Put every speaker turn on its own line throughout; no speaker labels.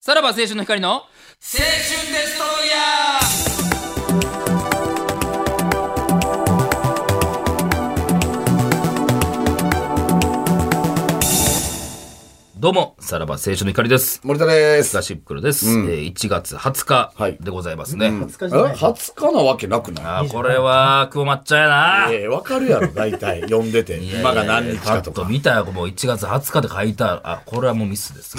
さらば青春の光の青春デストロイヤーどうも、さらば青春の光です。
森田です。
東ブクロです、えー1月20
はい
日でございますね。
え ?20 日なわけなくない
あーこれは、久保抹茶やな。
ええわかるやろ、大 体。呼んでて。今が何日
パ
か
ッ
と
と
か。
見たよ、もう1月20日で書いたら、あ、これはもうミスです。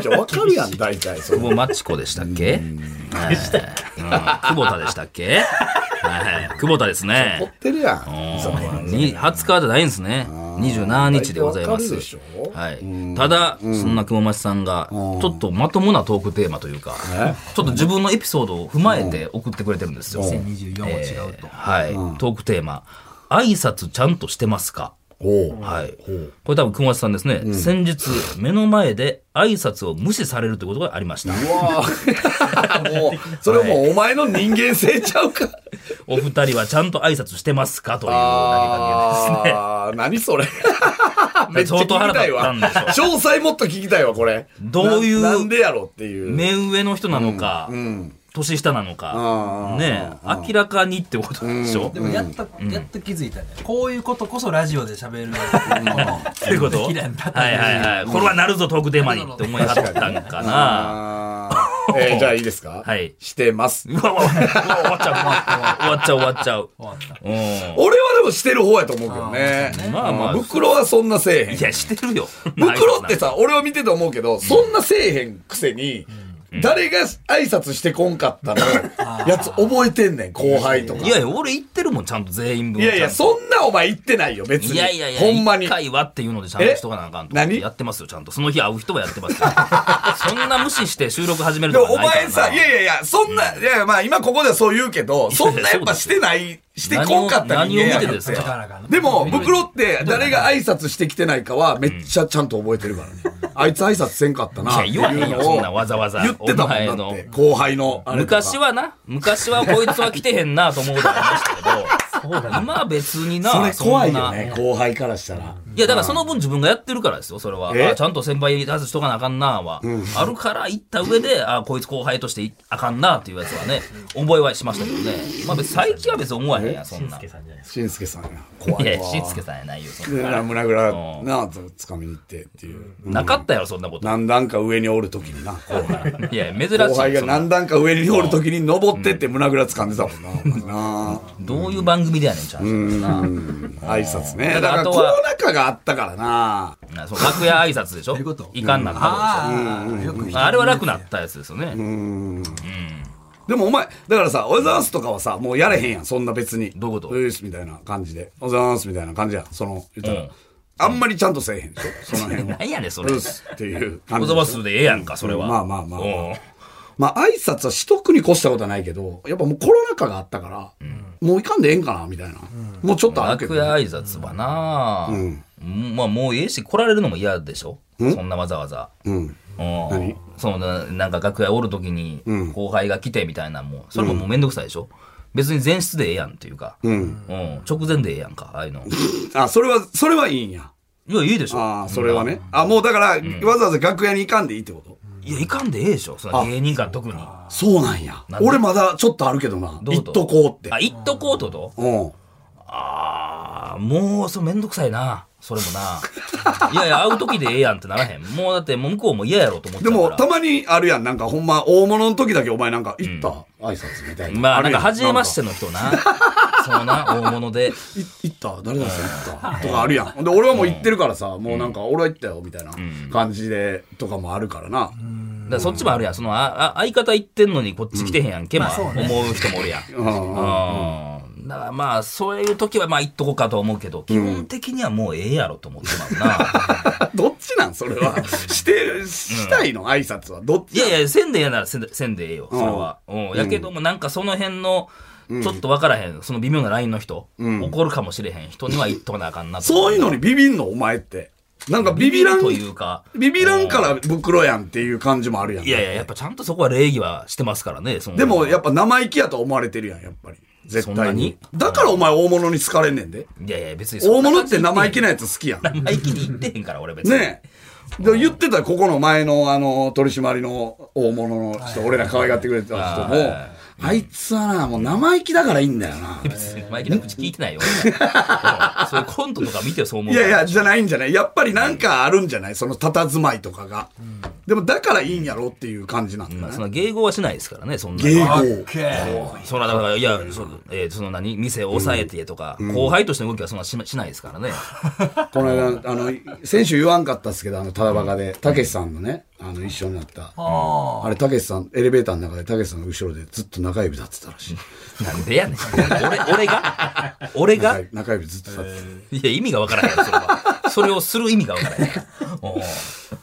じゃあわかるやん、大体。そ
久
の
保マチコでしたっけはいうん久保田でしたっけはい久保田です
持っ
ね。
てる やん。その
に20日じゃないんですね。27日でございま
大体わかる
す
でしょ。
はい、ただ、そんな久保町さんが、ちょっとまともなトークテーマというか、ちょっと自分のエピソードを踏まえて送ってくれてるんですよ。
24は違うと。
はい、トークテーマ、挨拶ちゃんとしてますか
おう
はい。これ多分、熊松さんですね。先日、目の前で挨拶を無視されるということがありました。
もう、それもうお前の人間性ちゃうか。
お二人はちゃんと挨拶してますかという投げかけですね。
あー、何それ。 めっちゃ聞
相
きたいわ。
当腹立ったん
詳
でし
細もっと聞きたいわ、これ。
どういう
ななんでやろっていう。
目上の人なのか、年下なの
うん
か
う、ん
ねえ明らかにってことなんでしょ
でもやっと、やっと気づいたね。こういうことこそラジオで喋る。
ということは
好
い
きなんだ
はいはい。これはなるぞ、トークテーマにって思いはったんかな。
あーえーじゃあいいですか
はい
してます
う。わうわうわ終わっちゃう。終わっちゃう、終わっちゃう。うん
俺はでもしてる方やと思うけどね。
まあまあ
袋はそんなせえへん
い。や、してるよ。
袋ってさ、俺を見てて思うけど、そんなせえへんくせに、誰が挨拶してこんかったのやつ覚えてんねん、後輩とか。
いやいや、俺言ってるもん、ちゃんと全員分。
いやいや、そんなお前言ってないよ、別に。
いやいやいや、
ほんまに
一。回はっていうのでちゃんとしとかなあかんと。
え何
やってますよ、ちゃんと。その日会う人はやってますよ。 そんな無視して収録始める
で
とか
もお
ないから
前
な。
さ、いやいやいや、そんな、いやいや、まあ今ここではそう言うけど、そんなやっぱしてない、してこんかった
何
人
を見
間や
て
から
ですか
でも、袋って誰が挨拶してきてないかは、めっちゃちゃんと覚えてるからね。あいつ挨拶せんかったな。
いや言わへんよ
っていうのを
そんなわざわざ
言ってたも
お前
んだ
の
って、後輩のあれとか。
昔はな、昔はこいつは来てへんなと思うことありましたけど、今は別にな、
それ怖いよ
そんな
ね、後輩からしたら。
いや、だからその分自分がやってるからですよ、それは。
え
あちゃんと先輩挨拶しとかなあかんなあは。あるから言った上で、あこいつ後輩としていあかんなあっていうやつはね、覚えはしましたけどね。まあ別に最近は別に思わへんや、そんな。い
しんすけさんや。怖
や
い
いや、
わ。
しんすけさんやないよ、そん
で、
な。
な胸ぐら
う、ん
なあ、つかみに行ってっていう。
なかったやろ、そんなこと。
何段か上におるときにな、後輩。
いや、珍しいよ。
後輩が
そんな
何段か上におるときに登ってって胸ぐらつかんでたもんなお前な。
どういう番組でやねん、ちゃんとな。
挨拶ね。
だから
だから
あと
コ
は
ロナ禍があったからな。
なそう楽屋挨拶でしょ
ういうこと
いかんなったことでしょ
ああ、よく
あれは楽なったやつですよね。
でもお前、だからさ、おはようございますとかはさ、もうやれへんやん、そんな別に。
どういうこと
おはようございますみたいな感じで。おはようございますみたいな感じやん。その、言った
うん
ら。あんまりちゃんとせえへんでし ょ、その辺は。
何やねん、そうれ。
っすっていう
お
感
ざ
じ。
ますでええやんか、それは。
まあまあまあまあ
うん
まあ挨拶はしとくに越したことはないけど、やっぱもうコロナ禍があったから、もういかんでええんかな、みたいな。もうちょっとあるけ
楽
ど、
屋挨拶はな、うんまあもうええし、来られるのも嫌でしょそんなわざわざ。
うん。
うん
何
そのなんか楽屋おるときに後輩が来てみたいなのもそれももうめんどくさいでしょ、別に前室でええやんっていうか、うん直前でええやんかああいうのい
あ、それは、それはいいんや。
やいいでしょ
ああ、それはね。あ、もうだから、わざわざ楽屋に行かんでいいってこと
いやいかんでええでしょその芸人間特にあ
そうなんや。俺まだちょっとあるけどな。
どういう
行っ
こと
とこうって。
行っとこうってこと
うん。
ああもうそれめんどくさいなそれも ないやいや会う時でええやんってならへんもうだってもう向こうも嫌やろうと思っちゃ
で
うから
も、たまにあるやん。なんかほんま、大物の時だけお前なんか、行った、挨拶みたいな。
まあ、なんか、
るや
初めましての人な。そうな、大物で。
い行った誰だっけ行ったとかあるやん。で、俺はもう行ってるからさ、もうなんか、俺は行ったよ、みたいな感じで、とかもあるからな。
だからそっちもあるやん。その、あ、あ相方行ってんのにこっち来てへんやんけ、まあ、思う人もおるやん。うん。だからまあ、そういう時はまあ、行っとこうかとは思うけど、基本的にはもうええやろと思ってまう な。
どっちなんそ れは。して、したいの挨拶は。どっ
い
ち
やいや、せんでええならせんでせんでええよ、それは。うん。やけども、なんかその辺の、ちょっとわからへん、その微妙なラインの人、怒るかもしれへん人には言っとかなあかんなと
そういうのにビビんのお前って。なんかビビらん、
というか。
ビビらんから袋やんっていう感じもあるやん。
いやいや、やっぱちゃんとそこは礼儀はしてますからね、その
でもやっぱ生意気やと思われてるやん、やっぱり。絶
そんな
対
に
に。だからお前大物に好かれんねんで。
いやいや、別にそん
大
な
物
感
っ
じ
て
で言へ
生
ん
意気なやつ好きやん。
生意気に言ってへんから、俺別に。
ねえ。で言ってたここの前のあの取締りの大物の人、俺ら可愛がってくれてた人も、あいつはな、もう生意気だからいいんだよな。
別にマイケルの口聞いてないよ。 俺らうんそういうコントとか見てよそう思う。
いやいや、じゃないんじゃないやっぱりなんかあるんじゃないその佇まいとかが。でもだからいいんやろっていう感じなんだ
まあ、そ
ね。
の迎合はしないですからね、そんな。
迎
オ
合
ッ。ケー。
そんなだから、いや、そ,、えーその何、店を抑えてとか、後輩としての動きはそんなししないです からね。
この間、あの、先週言わんかったっすけど、あの、ただバカで、たけしさんのね、あの、一緒になった。
あ
あれ、たけしさん、エレベーターの中でたけしさんの後ろでずっと中指立ってたらしい。
なんでやねん。俺、俺が俺が
中指中指ずっと立ってた。
いや、意味がわからへんよ、それは。それをする意味がわからへん。おう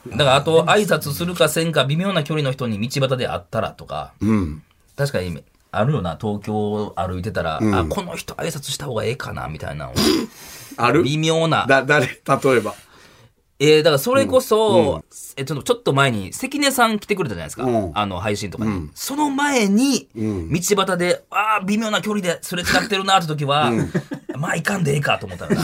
だから、あと、挨拶するかせんか、微妙な距離の人に道端で会ったらとか、
うん。
確かに、あるよな、東京を歩いてたら、あ、この人挨拶した方がええかな、みたいなの
ある
微妙な。
だ、誰例えば。
えー、だからそれこそ、えちょっとちょっと前に関根さん来てくれたじゃないですか、
うん
あの配信とかに、その前に、道端でああ微妙な距離ですれ違ってるなって時は、 まあいかんでええかと思った らな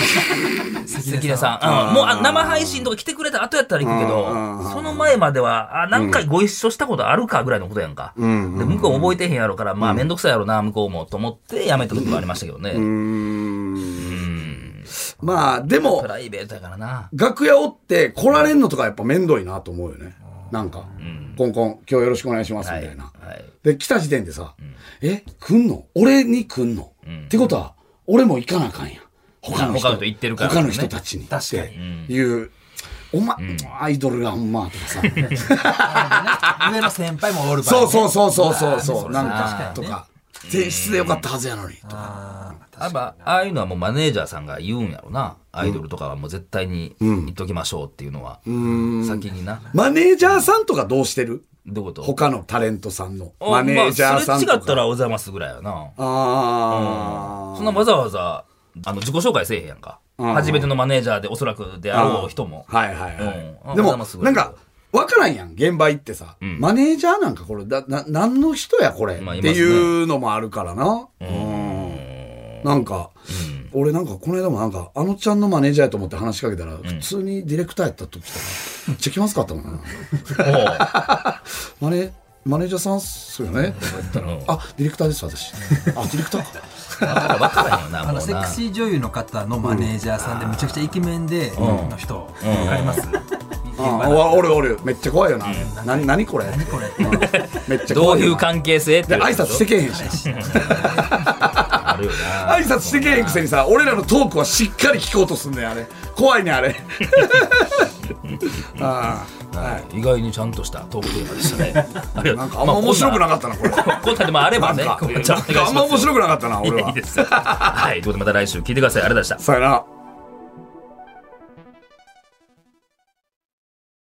関根さんうんもうあ生配信とか来てくれた後やったら行くけどその前まではあ何回ご一緒したことあるかぐらいのことやんか、で向こう覚えてへんやろからまあ面倒くさいやろな向こうもと思ってやめた時はありましたけどね、
うーん。まあ、でも
プ、ライベートやからな
楽屋おって来られんのとかやっぱ面倒いなと思うよね。なんか、コンコン、今日よろしくお願いしますみたいな。
はい
で、来た時点でさ、え、来んの俺に来んの、ってことは、俺も行かなあかんやん。他の人。
他の人行ってるからね
他の人たちに。
確かに
っていう、お前、アイドルがほんま、と かさ。
あ。上の先輩もおる。
そうそううそうそうそうそう、
うわー
なん
確
か、
か
と
にね
か。前室でよかったはずやのに、とか。
やっぱああいうのはもうマネージャーさんが言うんやろなアイドルとかはもう絶対に言っときましょうっていうのは、先にな
マネージャーさんとかどうしてる
どういうこと
他のタレントさんの。
あ
マネージャーさ
まあ、
んとか。
すれ違ったらおはようございますぐらいやな
あ
そんなわざわざあの自己紹介せえへんやんか
うん
初めてのマネージャーでおそらくで
あ
あろう人も
はいはいはい。
うんあ
でも
まあす、ごい
なんか、わからんやん、現場行ってさ。マネージャーなんかこれ、だ、な、何の人やこれ、
まあい
っ
ますね
ていうのもあるからな。うんなんか、俺なんかこの間もなんか、あのちゃんのマネージャーやと思って話しかけたら、普通にディレクターやった時とか、めっちゃ気まずかったもんな。マネ、マネージャーさんっすよね。
あ
あ、ディレクターです、私。あ、ディレクター か。
分からへんよな
あ
も
の
う
セ
な
クシー女優の方のマネージャーさんでめちゃくちゃイケメンでの人わかります
ああ、わ俺俺、めっちゃ怖いよな。な、なにこれ。
これ
めっちゃ
ど
怖
う
い
い
よ
う
な。
関係性ってい
で、
う
挨拶してけへんし。
あるよな
挨拶してけへんくせにさ俺らのトークはしっかり聞こうとすんねんあれ怖いねあ れああは
意外にちゃんとしたトークテーマでしたねありがとう
なんかあんま面白くなかったなこ れ
ここんなんでもあればね
なんか
こう
なんかあんま面白くなかったな俺
いやい
はい
です。はい。ということでまた来週聞いてください。ありがとうございました。
さよなら